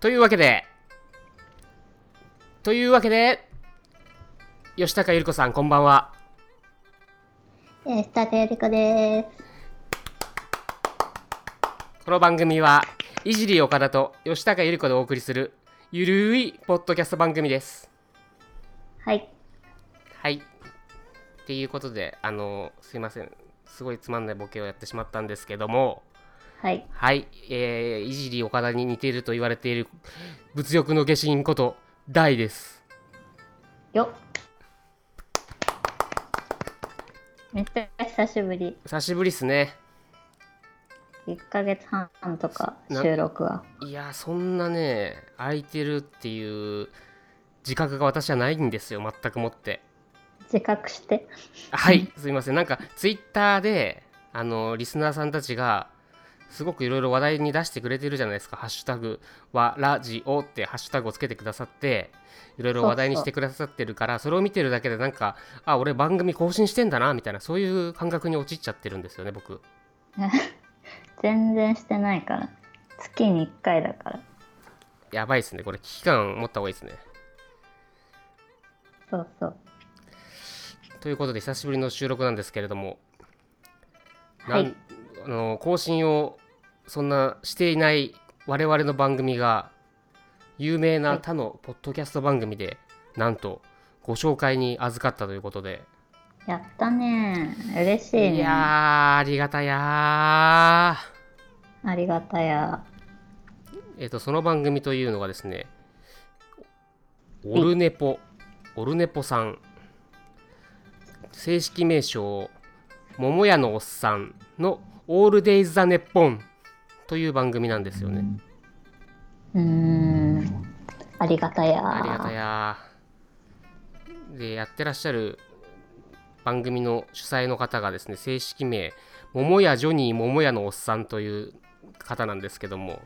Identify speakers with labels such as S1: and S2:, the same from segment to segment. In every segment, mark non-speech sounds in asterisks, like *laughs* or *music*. S1: というわけで、というわけで、吉高由里子さん、こんばんは。
S2: えー、スタカヤリコです。
S1: この番組は、いじり岡田と吉高由里子でお送りする、ゆるいポッドキャスト番組です。
S2: はい。
S1: はい。っていうことで、あの、すいません。すごいつまんないボケをやってしまったんですけども、
S2: はい。
S1: はい、えー、いじり岡田に似ていると言われている、物欲の下神こと、大です。
S2: よっめっちゃ久しぶり。
S1: 久しぶりっすね。
S2: 1ヶ月半とか
S1: な
S2: 収録は。
S1: いやそんなね空いてるっていう自覚が私はないんですよ全くもって
S2: 自覚して。
S1: はいすいませんなんかツイッターであのリスナーさんたちがすごくいろいろ話題に出してくれてるじゃないですか「ハッシュタグはラジオ」ってハッシュタグをつけてくださっていろいろ話題にしてくださってるからそれを見てるだけでなんかあ俺番組更新してんだなみたいなそういう感覚に陥っちゃってるんですよね僕
S2: 全然してないから。月に1回だから。
S1: やばいですねこれ危機感持った方がいいですね
S2: そうそう。
S1: ということで久しぶりの収録なんですけれども、な
S2: は
S1: ん
S2: い。
S1: あの更新をそんなしていない我々の番組が有名な他のポッドキャスト番組で、なんとご紹介に預かったということで、
S2: やったねー。嬉しい
S1: い
S2: ね。
S1: やー
S2: あ
S1: ありがたや
S2: りがたや。
S1: ーえっ、とその番組というのがですねオルネポオルネポさん正式名称桃屋のおっさんの「オールデイズ・ザ・ネッポン」という番組なんですよね。
S2: うーん。ありがたや。
S1: ありがたやーでやってらっしゃる番組の主催の方がですね正式名桃屋ジョニー桃屋のおっさんという方なんですけども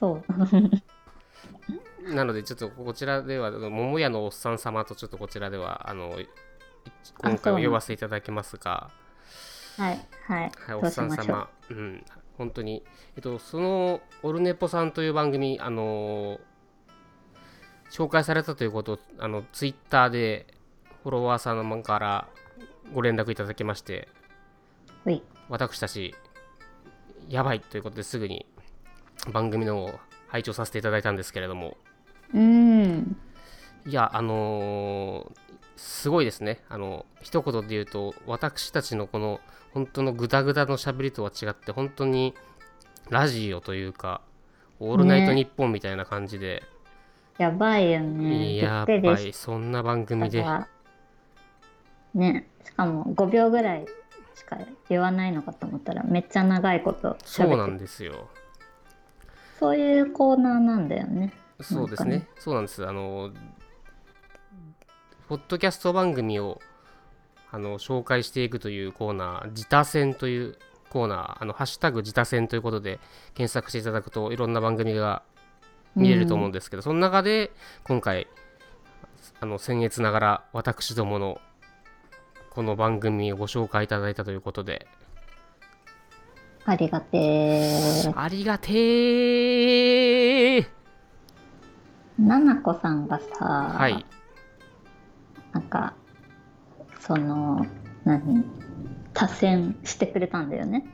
S2: そう。
S1: なのでちょっとこちらではあの桃屋のおっさん様とちょっとこちらではあのい今
S2: そう
S1: 回
S2: な
S1: は
S2: ん
S1: 呼ばせていただきますが
S2: はい。はい。
S1: はい、お
S2: ど
S1: っ
S2: うし
S1: さん
S2: ましょう。
S1: 様、うん、本当に、えっと、そのオルネポさんという番組、あのー紹介されたということを、あの、ツイッターで、フォロワーさんからご連絡いただきまして、
S2: ほい。
S1: 私たち、やばいということですぐに番組の方を拝聴させていただいたんですけれども、
S2: うーん。
S1: いや、あのーすごいですね。あの、一言で言うと、私たちのこの、本当のグダグダの喋りとは違って、本当に、ラジオというか、オールナイトニッポンみたいな感じで、
S2: やばいよね。
S1: やっ
S2: びっくり
S1: ぱ
S2: し
S1: り、そんな番組で、
S2: だからねしかも5秒ぐらいしか言わないのかと思ったらめっちゃ長いこと喋って
S1: そうなんですよ。
S2: そういうコーナーなんだよね
S1: そうです
S2: なん
S1: ね。そうなんです。あの、ポッドキャスト番組を、あの、紹介していくというコーナー、自他戦というコーナー、あの、ハッシュタグ自他戦ということで検索していただくといろんな番組が見れると思うんですけど、その中で今回、あの、僭越ながら私どものこの番組をご紹介いただいたということで、
S2: ありがてー
S1: ありがてー
S2: ななこさんがさ、
S1: はい、
S2: なんかその何多選してくれたんだよね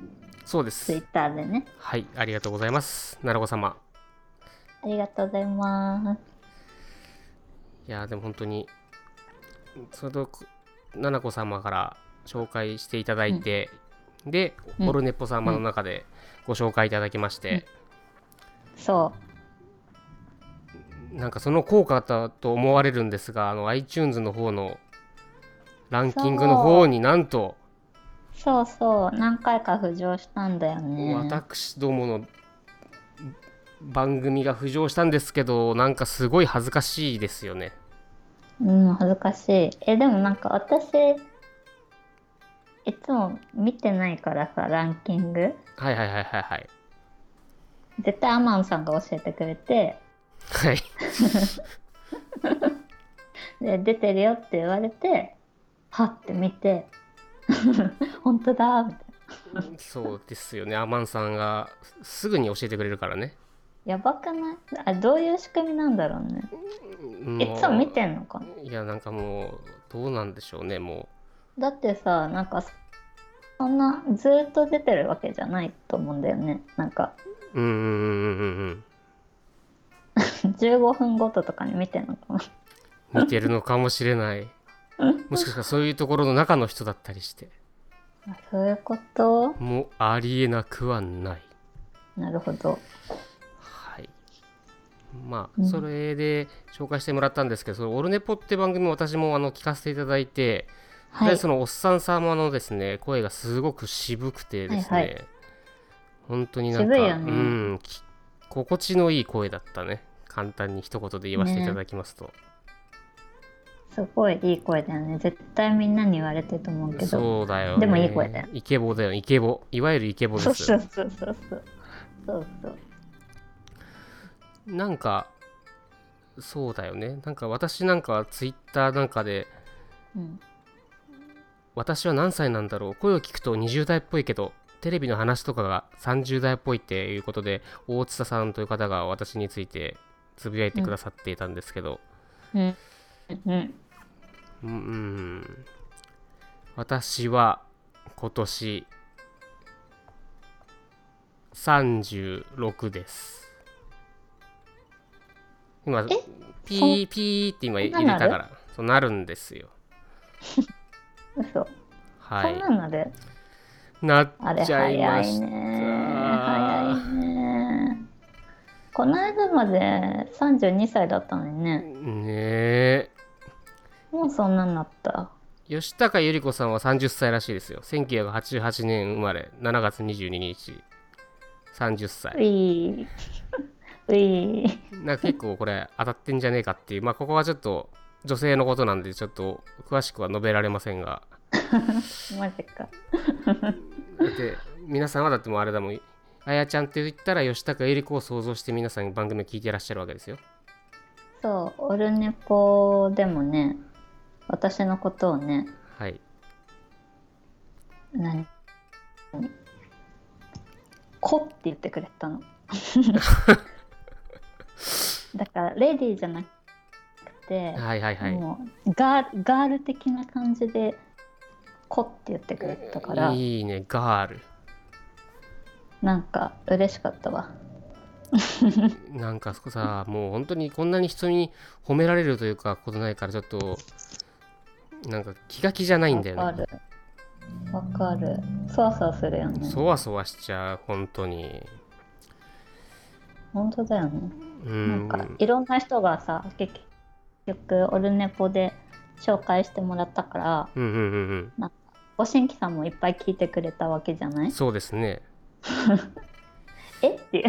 S1: そうで
S2: ツイ
S1: す
S2: ッ。ターでね
S1: はい、ありがとうございます。なるこ様。
S2: ありがとうございます
S1: いやーでも本当にそれとななこ様から紹介していただいて、で、
S2: うん
S1: オルネポ様の中でご紹介いただきまして、
S2: そ
S1: なんかその効果だと思われるんですがあの iTunes の方のランキングの方になんと
S2: うそうそう何回か浮上したんだよね
S1: 私どもの番組が浮上したんですけどなんかすごい恥ずかしいですよね
S2: うん、恥ずかしい。え、でもなんか私、いつも見てないからさ、ランキング。
S1: はいはいはいはいはい
S2: 絶対アマンさんが教えてくれて、
S1: はい
S2: *laughs* で、出てるよって言われて、はって見て、 *laughs* 本当だみたい
S1: そうですよねアマンさんがすぐに教えてくれるからね
S2: やばくないあどういう仕組みなんだろうね
S1: うん
S2: いつも見てんのかない
S1: やなんかもうどうなんでしょうねも
S2: だってさなんかそそんなずーっと出てるわけじゃないと思うんだよねなんか
S1: ううんうんうんうん
S2: 15分ごととかに見てんのかな
S1: うん見てるのかもしれないもしかしたらそういうところの中の人だったりして
S2: あそういうこと
S1: もうありえなくはない
S2: なるほど
S1: はいまあ
S2: うん
S1: それで紹介してもらったんですけど、そのオルネポって番組も私もあの聞かせていただいて、
S2: は
S1: で
S2: い
S1: そのおっさん様のですね声がすごく渋くてですね、
S2: はいは
S1: 本当になんか、
S2: 渋いよね
S1: うんき心地のいい声だったね簡単に一言で言わせていただきますと、
S2: すごいいい声だよね絶対みんなに言われてると思うけど
S1: そうだよね
S2: でもいい声だよ
S1: イケボだよイケボいわゆるイケボです
S2: そうそうそうそうそうそうそう
S1: なんかそうだよねなんか私なんかツイッターなんかで
S2: うん
S1: 私は何歳なんだろう声を聞くと20代っぽいけどテレビの話とかが30代っぽいっていうことで大津田さんという方が私についてつぶやいてくださっていたんですけど、
S2: うんうん
S1: うん、うん私は今年36です今
S2: え
S1: ピ
S2: そ
S1: ー
S2: ん
S1: ピーって今
S2: そん
S1: 入
S2: な
S1: れたか
S2: な
S1: らそうなるんですよ
S2: 嘘、
S1: は
S2: そん
S1: い
S2: なので
S1: なっ
S2: あれ
S1: ちゃい
S2: 早
S1: まし
S2: い
S1: た
S2: ね早いねこの間まで32歳だったのにね
S1: ねえ
S2: もうそんなんなった
S1: 吉高由里子さんは30歳らしいですよ1988年生まれ7月22日30
S2: う
S1: 歳
S2: い *laughs* うい
S1: なんか結構これ当たってんじゃねえかっていうまあここはちょっと女性のことなんでちょっと詳しくは述べられませんが
S2: マジか
S1: だって皆さんはだってもうあれだもんあやちゃんって言ったら吉高由里子を想像して皆さん番組を聞いてらっしゃるわけですよ
S2: そうオルネポでもね私のことをね
S1: はい
S2: 何何子って言ってくれた
S1: *laughs*
S2: のだからレディーじゃなくて、
S1: はいはいはい
S2: もうガーガール的な感じで「子」って言ってくれたから
S1: いいねガール
S2: なんか嬉しかったわ
S1: なんかさ、もう本当にこんなに人に褒められるというかことないから、ちょっと、なんか気が気じゃないん
S2: わ
S1: だ
S2: か
S1: よね。
S2: るわかるそわそわするよね
S1: そわそわしちゃう、本当に。
S2: 本当だよね
S1: う
S2: なん
S1: ん。
S2: かいろんな人がさ結局オルネポで紹介してもらったから
S1: うんうんうん
S2: ご新規さんもいっぱい聞いてくれたわけじゃな
S1: う
S2: い
S1: ん。そうですね。
S2: えっていう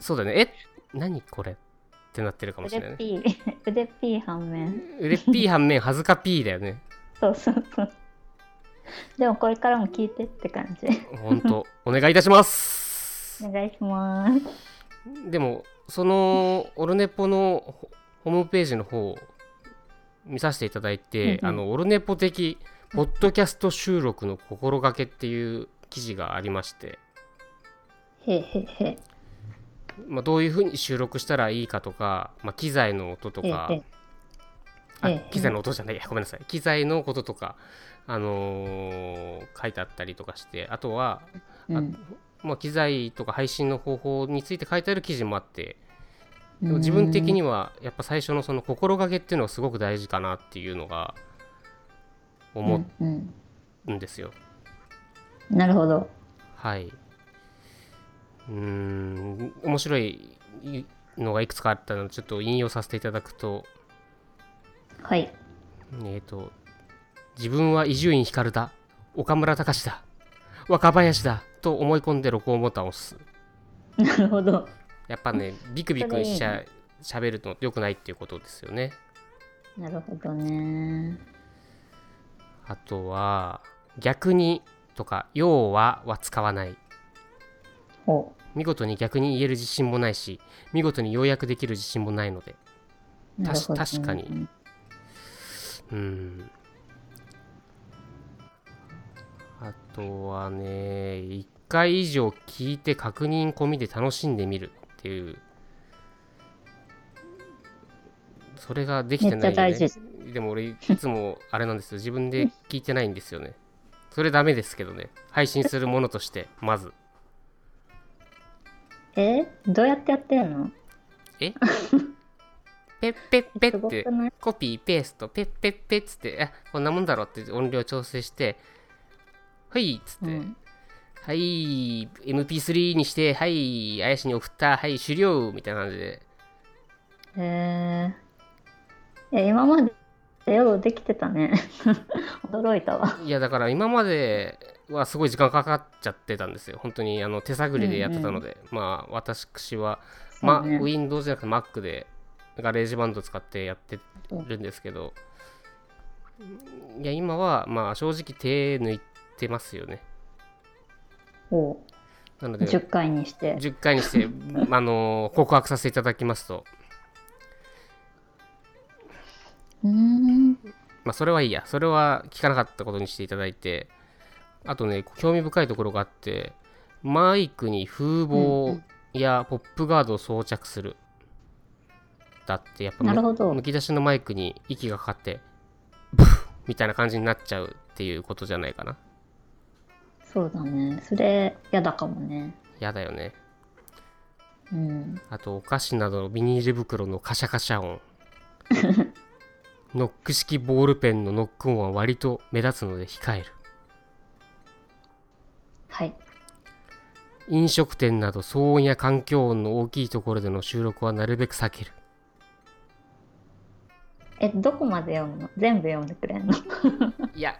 S1: そうだね。え何これってなってるかもし
S2: 腕
S1: れないね。
S2: ピー腕ピー反面
S1: 腕っぴー反面、恥ずかぴーだよね。
S2: そうそうそうでもこれからも聞いてって感じ
S1: 本当お願いいたします
S2: お。願いします
S1: でも、その、オルネポのホホームページの方を見させていただいて、
S2: うんうん
S1: あの、オルネポ的、ポッドキャスト収録の心がけっていう記事がありまして、
S2: へえへえへえ
S1: まあ、どういうふうに収録したらいいかとか、まあ、機材の音とか、
S2: ええ
S1: あ
S2: ええ
S1: 機材の音じゃないいやごめんなさい機材のこととか、あのー書いてあったりとかしてあとは、あ
S2: うん
S1: まあ、機材とか配信の方法について書いてある記事もあってでも自分的にはやっぱ最初のその心がけっていうのはすごく大事かなっていうのが思
S2: うんうん
S1: うんですよ。
S2: なるほど
S1: はい。うーん面白いのがいくつかあったのでちょっと引用させていただくと
S2: はい
S1: えっ、と、自分は伊集院光だ、岡村隆史だ、若林だと思い込んで録音ボタンを押す。
S2: なるほど
S1: やっぱね、ビクビクしちゃ喋るの良くないっていうことですよね。
S2: なるほどね
S1: あとは、逆にとか、要はは使わない。
S2: お
S1: 見事に逆に言える自信もないし、見事に要約できる自信もないので。
S2: なるほどね
S1: 確かにうん。あとはね、1回以上聞いて確認込みで楽しんでみるっていうそれができてない、ね、
S2: めっちゃ大事
S1: でも俺いつもあれなんですよ自分で聞いてないんですよねそれダメですけどね配信するものとしてまず
S2: えどうやってやってんの *laughs*
S1: えペッペッペ
S2: す
S1: ッ
S2: ご
S1: って
S2: くない
S1: コピーペーストペッペッペッつってあこんなもんだろって音量調整してはいっつって、
S2: うん
S1: はい MP3 にしてはい林に送ったはい終了みたいな感じで
S2: へええ今までようできてたね *laughs* 驚いたわ
S1: いやだから今まではすごい時間かかっちゃってたんですよ本当にあの手探りでやってたので、まあ私は、まあ
S2: そうね
S1: Windows じゃなくて Mac でガレージバンド使ってやってるんですけど、いや今はまあ正直手抜いてますよね
S2: おう
S1: なので
S2: 10回にして
S1: 10回にして *laughs* あの告白させていただきますと
S2: うーん
S1: まあそれはいいやそれは聞かなかったことにしていただいてあとね興味深いところがあってマイクに風
S2: うんう
S1: 防
S2: ん
S1: やポップガードを装着する、だってやっぱ
S2: なるほど
S1: むき出しのマイクに息がかかってブフッみたいな感じになっちゃうっていうことじゃないかな
S2: そうだねそれやだかもね
S1: やだよね
S2: うん
S1: あとお菓子などのビニール袋のカシャカシャ音ノック式ボールペンのノック音は割と目立つので控える
S2: はい
S1: 飲食店など騒音や環境音の大きいところでの収録はなるべく避ける
S2: えどこまで読むの全部読んでくれんの *laughs*
S1: いや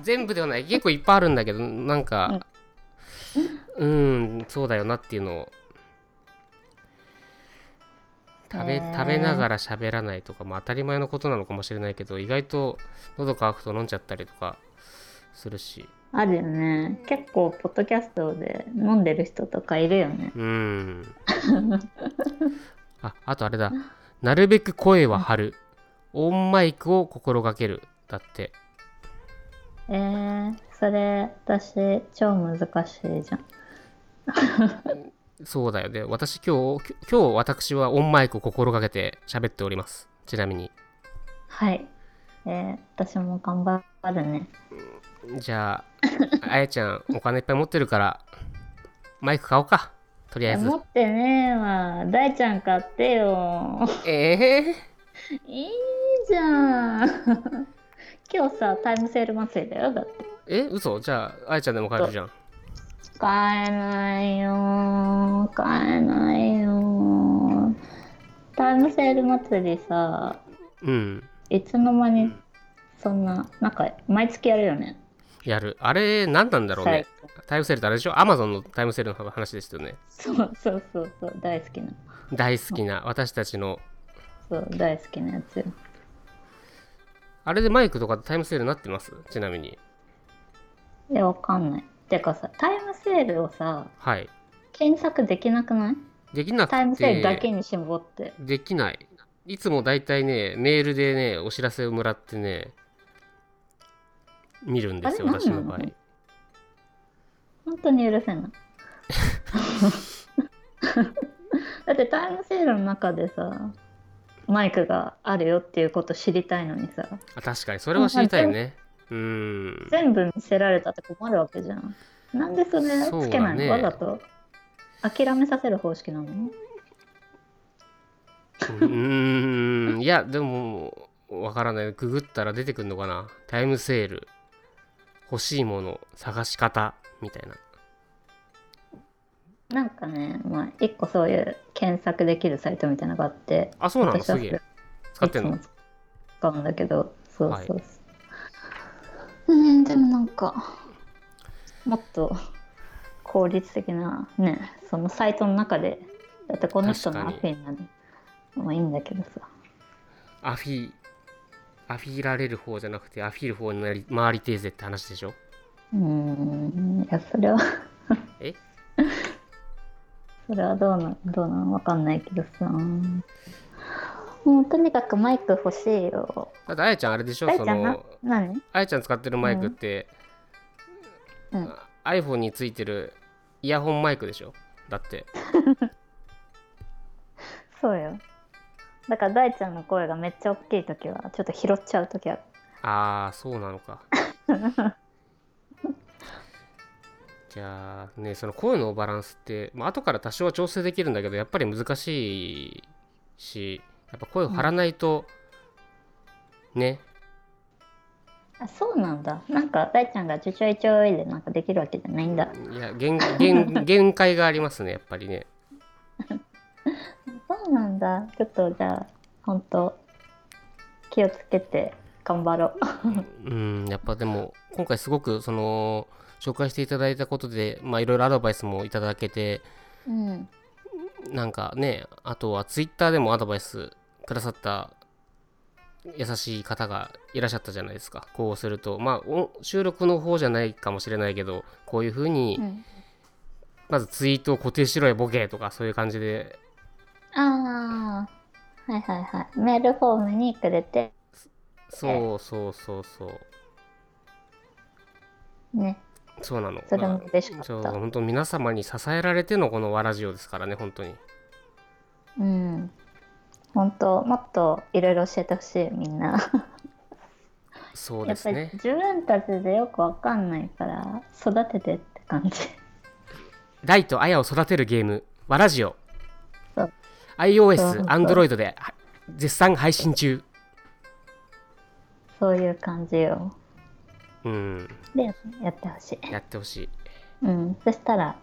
S1: 全部ではない結構いっぱいあるんだけどなんかうんそうだよなっていうのを食べ
S2: へー
S1: 食べながら喋らないとか、まあ、当たり前のことなのかもしれないけど意外と喉乾くと飲んじゃったりとかするし
S2: あるよね結構ポッドキャストで飲んでる人とかいるよね
S1: うん
S2: *laughs*
S1: ああとあれだなるべく声は張るオンマイクを心がけるだって
S2: えー、それ私超難しいじゃん
S1: そうだよね。私今日、き今日私はオンマイクを心がけて喋っております。ちなみに。
S2: はいえー、私も頑張るね
S1: じゃ
S2: *laughs*
S1: あ、あやちゃん、お金いっぱい持ってるから、マイク買おうか。とりあえず
S2: 持。ってねえわ大ちゃん買っ
S1: *laughs*
S2: てよ
S1: ええ
S2: いいじゃん今日さタイムセール祭りだよだって
S1: え、嘘じゃあ、あやちゃんでも買えるじゃん。
S2: 買えないよ買えないよタイムセール祭りさ
S1: うん。
S2: いつの間にそんななんか毎月やるよね
S1: やる。あれ、何なんだろうね。タイムセールってあれでしょアマゾンのタイムセールの話ですよね。
S2: 最後そうそうそうそう大好きな
S1: 大好きな、私たちの。
S2: そう大好きなやつよ
S1: あれでマイクとかタイムセールになってますちなみに。
S2: いやわかんないてかさタイムセールをさ
S1: はい。
S2: 検索できなくない
S1: できなくて。
S2: タイムセールだけに絞って
S1: できない。いつもだいたいね、メールでね、お知らせをもらってね、見るんですよ、
S2: あれ
S1: 私の場
S2: なんな
S1: 合
S2: の。本当に許せないだってタイムセールの中でさマイクがあるよっていうこと知りたいのにさ
S1: あ確かに、それは知りたいね。うーん。
S2: 全部見せられたって困るわけじゃんなんでそれ
S1: そうだね
S2: つけないの、わざと諦めさせる方式なの
S1: うーん。いや、でも、わからない。ググったら出てくるのかな。タイムセール、欲しいもの、探し方、みたいな。
S2: なんかねまあ一個そういう検索できるサイトみたいなのがあって
S1: あ、そうなの
S2: 私は
S1: す
S2: そ
S1: げえ。
S2: れ
S1: 使ってん
S2: い
S1: の
S2: つも使うんだけどそうそう
S1: はい
S2: そう、うんでもなんかもっと効率的なねそのサイトの中でだってこの人のア
S1: 確
S2: フ
S1: か
S2: ィンなんでもういいんだけどさ
S1: アフィ、アフィられる方じゃなくて、アフィる方になり、回りてえぜって話でしょ
S2: うーんいやそれは *laughs*
S1: え
S2: それはどうなどうなのわかんないけどさもうとにかくマイク欲しいよ
S1: だって、あやちゃんあれでしょ
S2: 大
S1: そ
S2: ちゃんな
S1: の、
S2: 何
S1: あやちゃん使ってるマイクって、
S2: うん
S1: iPhone についてるイヤホンマイクでしょだって
S2: そうよだから大ちゃんの声がめっちゃ大きい時はちょっと拾っちゃう時ある
S1: ああそうなの
S2: *laughs*
S1: かじゃあねその声のバランスって、まあ後から多少は調整できるんだけどやっぱり難しいしやっぱ声を張らないと、ね
S2: あそうなんだなんか大ちゃんがちょちょいちょいでなんかできるわけじゃないんだ
S1: いや限限限界がありますねやっぱりね
S2: そうなんだちょっとじゃあ本当気をつけて頑張ろう
S1: うんやっぱでも今回すごくその紹介していただいたことでまあいろいろアドバイスもいただけて
S2: うん
S1: なんかねあとはツイッターでもアドバイスくださった優しい方がいらっしゃったじゃないですかこうするとまあお収録の方じゃないかもしれないけどこういう風に
S2: うん
S1: まずツイートを固定しろよボケとかそういう感じで
S2: ああはいはいはいメールフォームにくれて
S1: そうそうそうそう
S2: ね
S1: そうなの
S2: それも嬉しか
S1: まあ
S2: った
S1: そう本当皆様に支えられてのこのわラジオですからね本当に
S2: うん本当もっといろいろ教えてほしいみんな
S1: そう
S2: や
S1: で
S2: っ
S1: す
S2: ぱり
S1: ね
S2: 自分たちでよくわかんないから育ててって感じ
S1: ライとアヤを育てるゲーム、ワラジオ
S2: そう。そう
S1: iOS、Android では絶賛配信中。
S2: そういう感じを
S1: うん、
S2: でやってほしい
S1: やってほしい。
S2: うんそしたら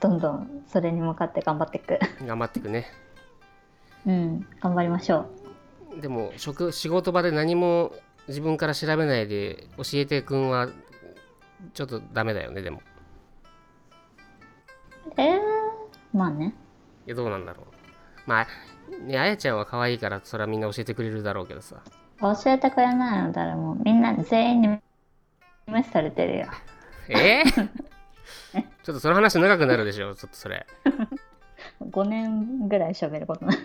S2: どんどんそれに向かって頑張っていく
S1: 頑張っていくね。
S2: うん頑張りましょ
S1: でも職、仕事場で何も自分から調べないで教えてくんはちょっとダメだよね、でも。
S2: うえー、まあね
S1: いや、どうなんだろう。まあ、ね、あやちゃんは可愛いから、それはみんな教えてくれるだろうけどさ。
S2: 教えてくれないの誰もみんな全員に無視されてるよ
S1: えー *laughs* ちょっとその話長くなるでしょ、ちょっとそれ。
S2: 5年ぐらい喋ることない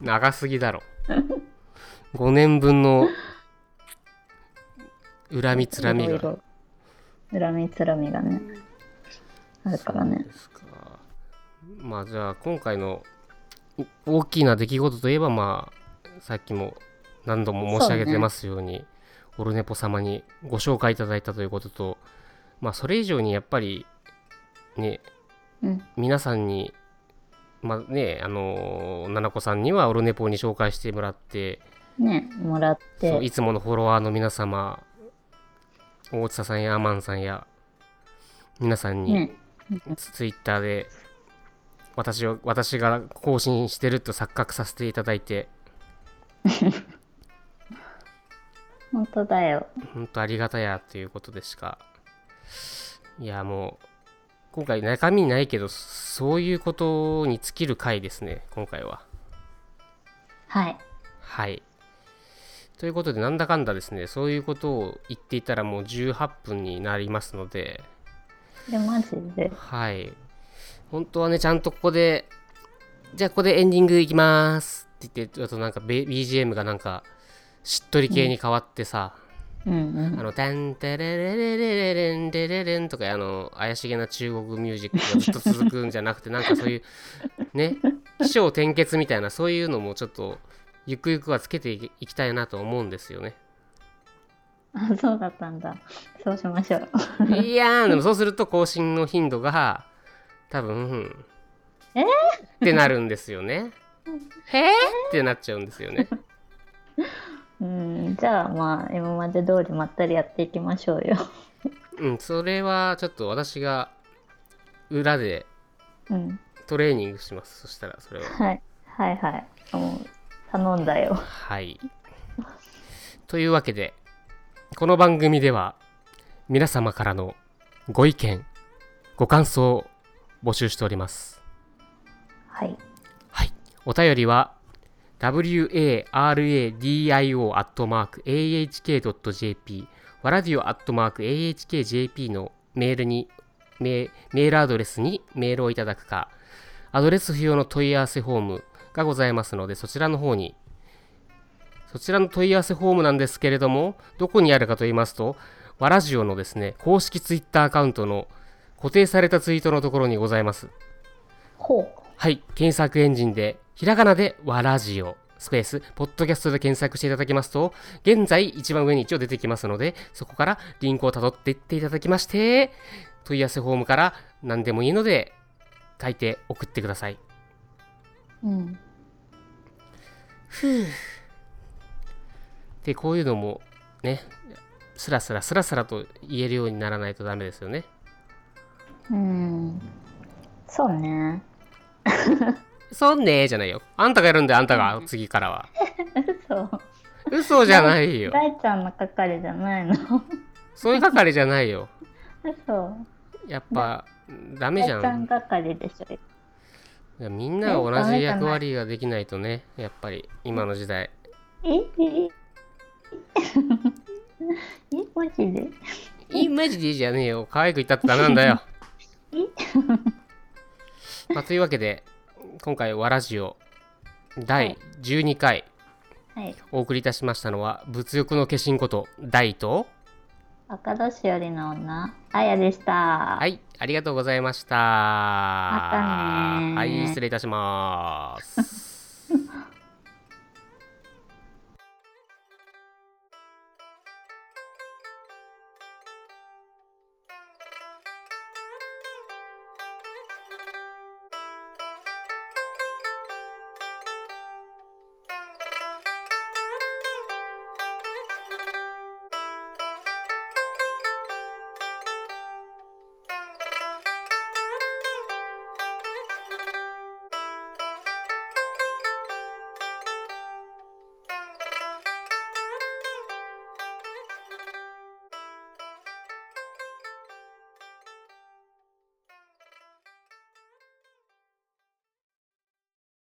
S1: 長すぎだろ5年分の恨みつらみが
S2: いろいろ恨みつらみがねあるから
S1: そう
S2: ね
S1: ですかまあじゃあ今回のい大きな出来事といえばまあさっきも何度も申し上げてますようにオルネポ様にご紹介いただいたということとまあそれ以上にやっぱりね
S2: うん
S1: 皆さんにまあねあのー、七子さんにはオルネポに紹介してもらって
S2: ねもらっ
S1: そう
S2: て
S1: いつものフォロワーの皆様大津さんやアマンさんや皆さんに、
S2: ね
S1: ツツイッターで私を私が更新してると錯覚させていただいて
S2: 本当だよ
S1: 本当ありがたやということでしかいやもう今回中身ないけどそういうことに尽きる回ですね今回は
S2: はい
S1: はいということでなんだかんだですねそういうことを言っていたらもう18分になりますので
S2: でマジで
S1: はい。本当はね、ちゃんとここで、じゃあここでエンディングいきますって言って、あとなんかベ BGM がなんか、しっとり系に変わってさ、
S2: うん
S1: あの、タンタレレレレレレンレレレンとか、あの、怪しげな中国ミュージックがずっと続くんじゃなくて、なんかそういう、ね、起承転結みたいな、そういうのもちょっと、ゆくゆくはつけていきいきたいなと思うんですよね。
S2: うんあそうだったんだそうしましょう
S1: いやー、でもそうすると更新の頻度が多分、
S2: えー
S1: ってなるんですよね。へえってなっちゃうんですよね。
S2: うんじゃあまあ今まで通りまったりやっていきましょうよ *laughs*
S1: うん、それはちょっと私が裏で
S2: うん
S1: トレーニングします。そしたらそれを。
S2: はいはいはいもう頼んだよ
S1: はい。というわけで、この番組では皆様からのご意見、ご感想を募集しております。
S2: はい
S1: はい、お便りは waradio.ahk.jp わらディオ .ahkjp のメールにメメールアドレスにメールをいただくかアドレス不要の問い合わせフォームがございますのでそちらの方にそちらの問い合わせフォームなんですけれどもどこにあるかと言いますとわらじおのですね公式ツイッターアカウントの固定されたツイートのところにございます
S2: ほう
S1: はい、検索エンジンでひらがなでわラジオ、スペース、ポッドキャストで検索していただきますと、現在一番上に一応出てきますので、そこからリンクをたどっていっていただきまして、問い合わせフォームから何でもいいので、書いて送ってください。
S2: うん。
S1: で、こういうのも、ね、スラスラスラスラと言えるようにならないとダメですよね。
S2: うん。そうね。
S1: そんねーじゃないよ。あんたがやるんだよ、あんたが、次からは。
S2: そう。
S1: 嘘じゃ *laughs* ないよ。
S2: 大ちゃんの係じゃないの。
S1: そういう係じゃないよ。
S2: そう。
S1: やっぱ、ダメ
S2: 大
S1: じ
S2: ち
S1: ゃ
S2: ゃん
S1: ん。
S2: 係でしょ。
S1: いやみんなが同じ役割ができないとね、やっぱり、今の時代。
S2: えええ *laughs* えマジで
S1: いマジでいいじゃねえよ。可愛く言ったってダメなんだよ。 *laughs* まあ、というわけで、今回、わらじを第12回
S2: はい。
S1: お送りいたしましたのは、物欲の化身こと、大と、
S2: 赤年寄りの女、あやでした。は
S1: はい、ありがとうございました。
S2: たねー
S1: はい、失礼いたします。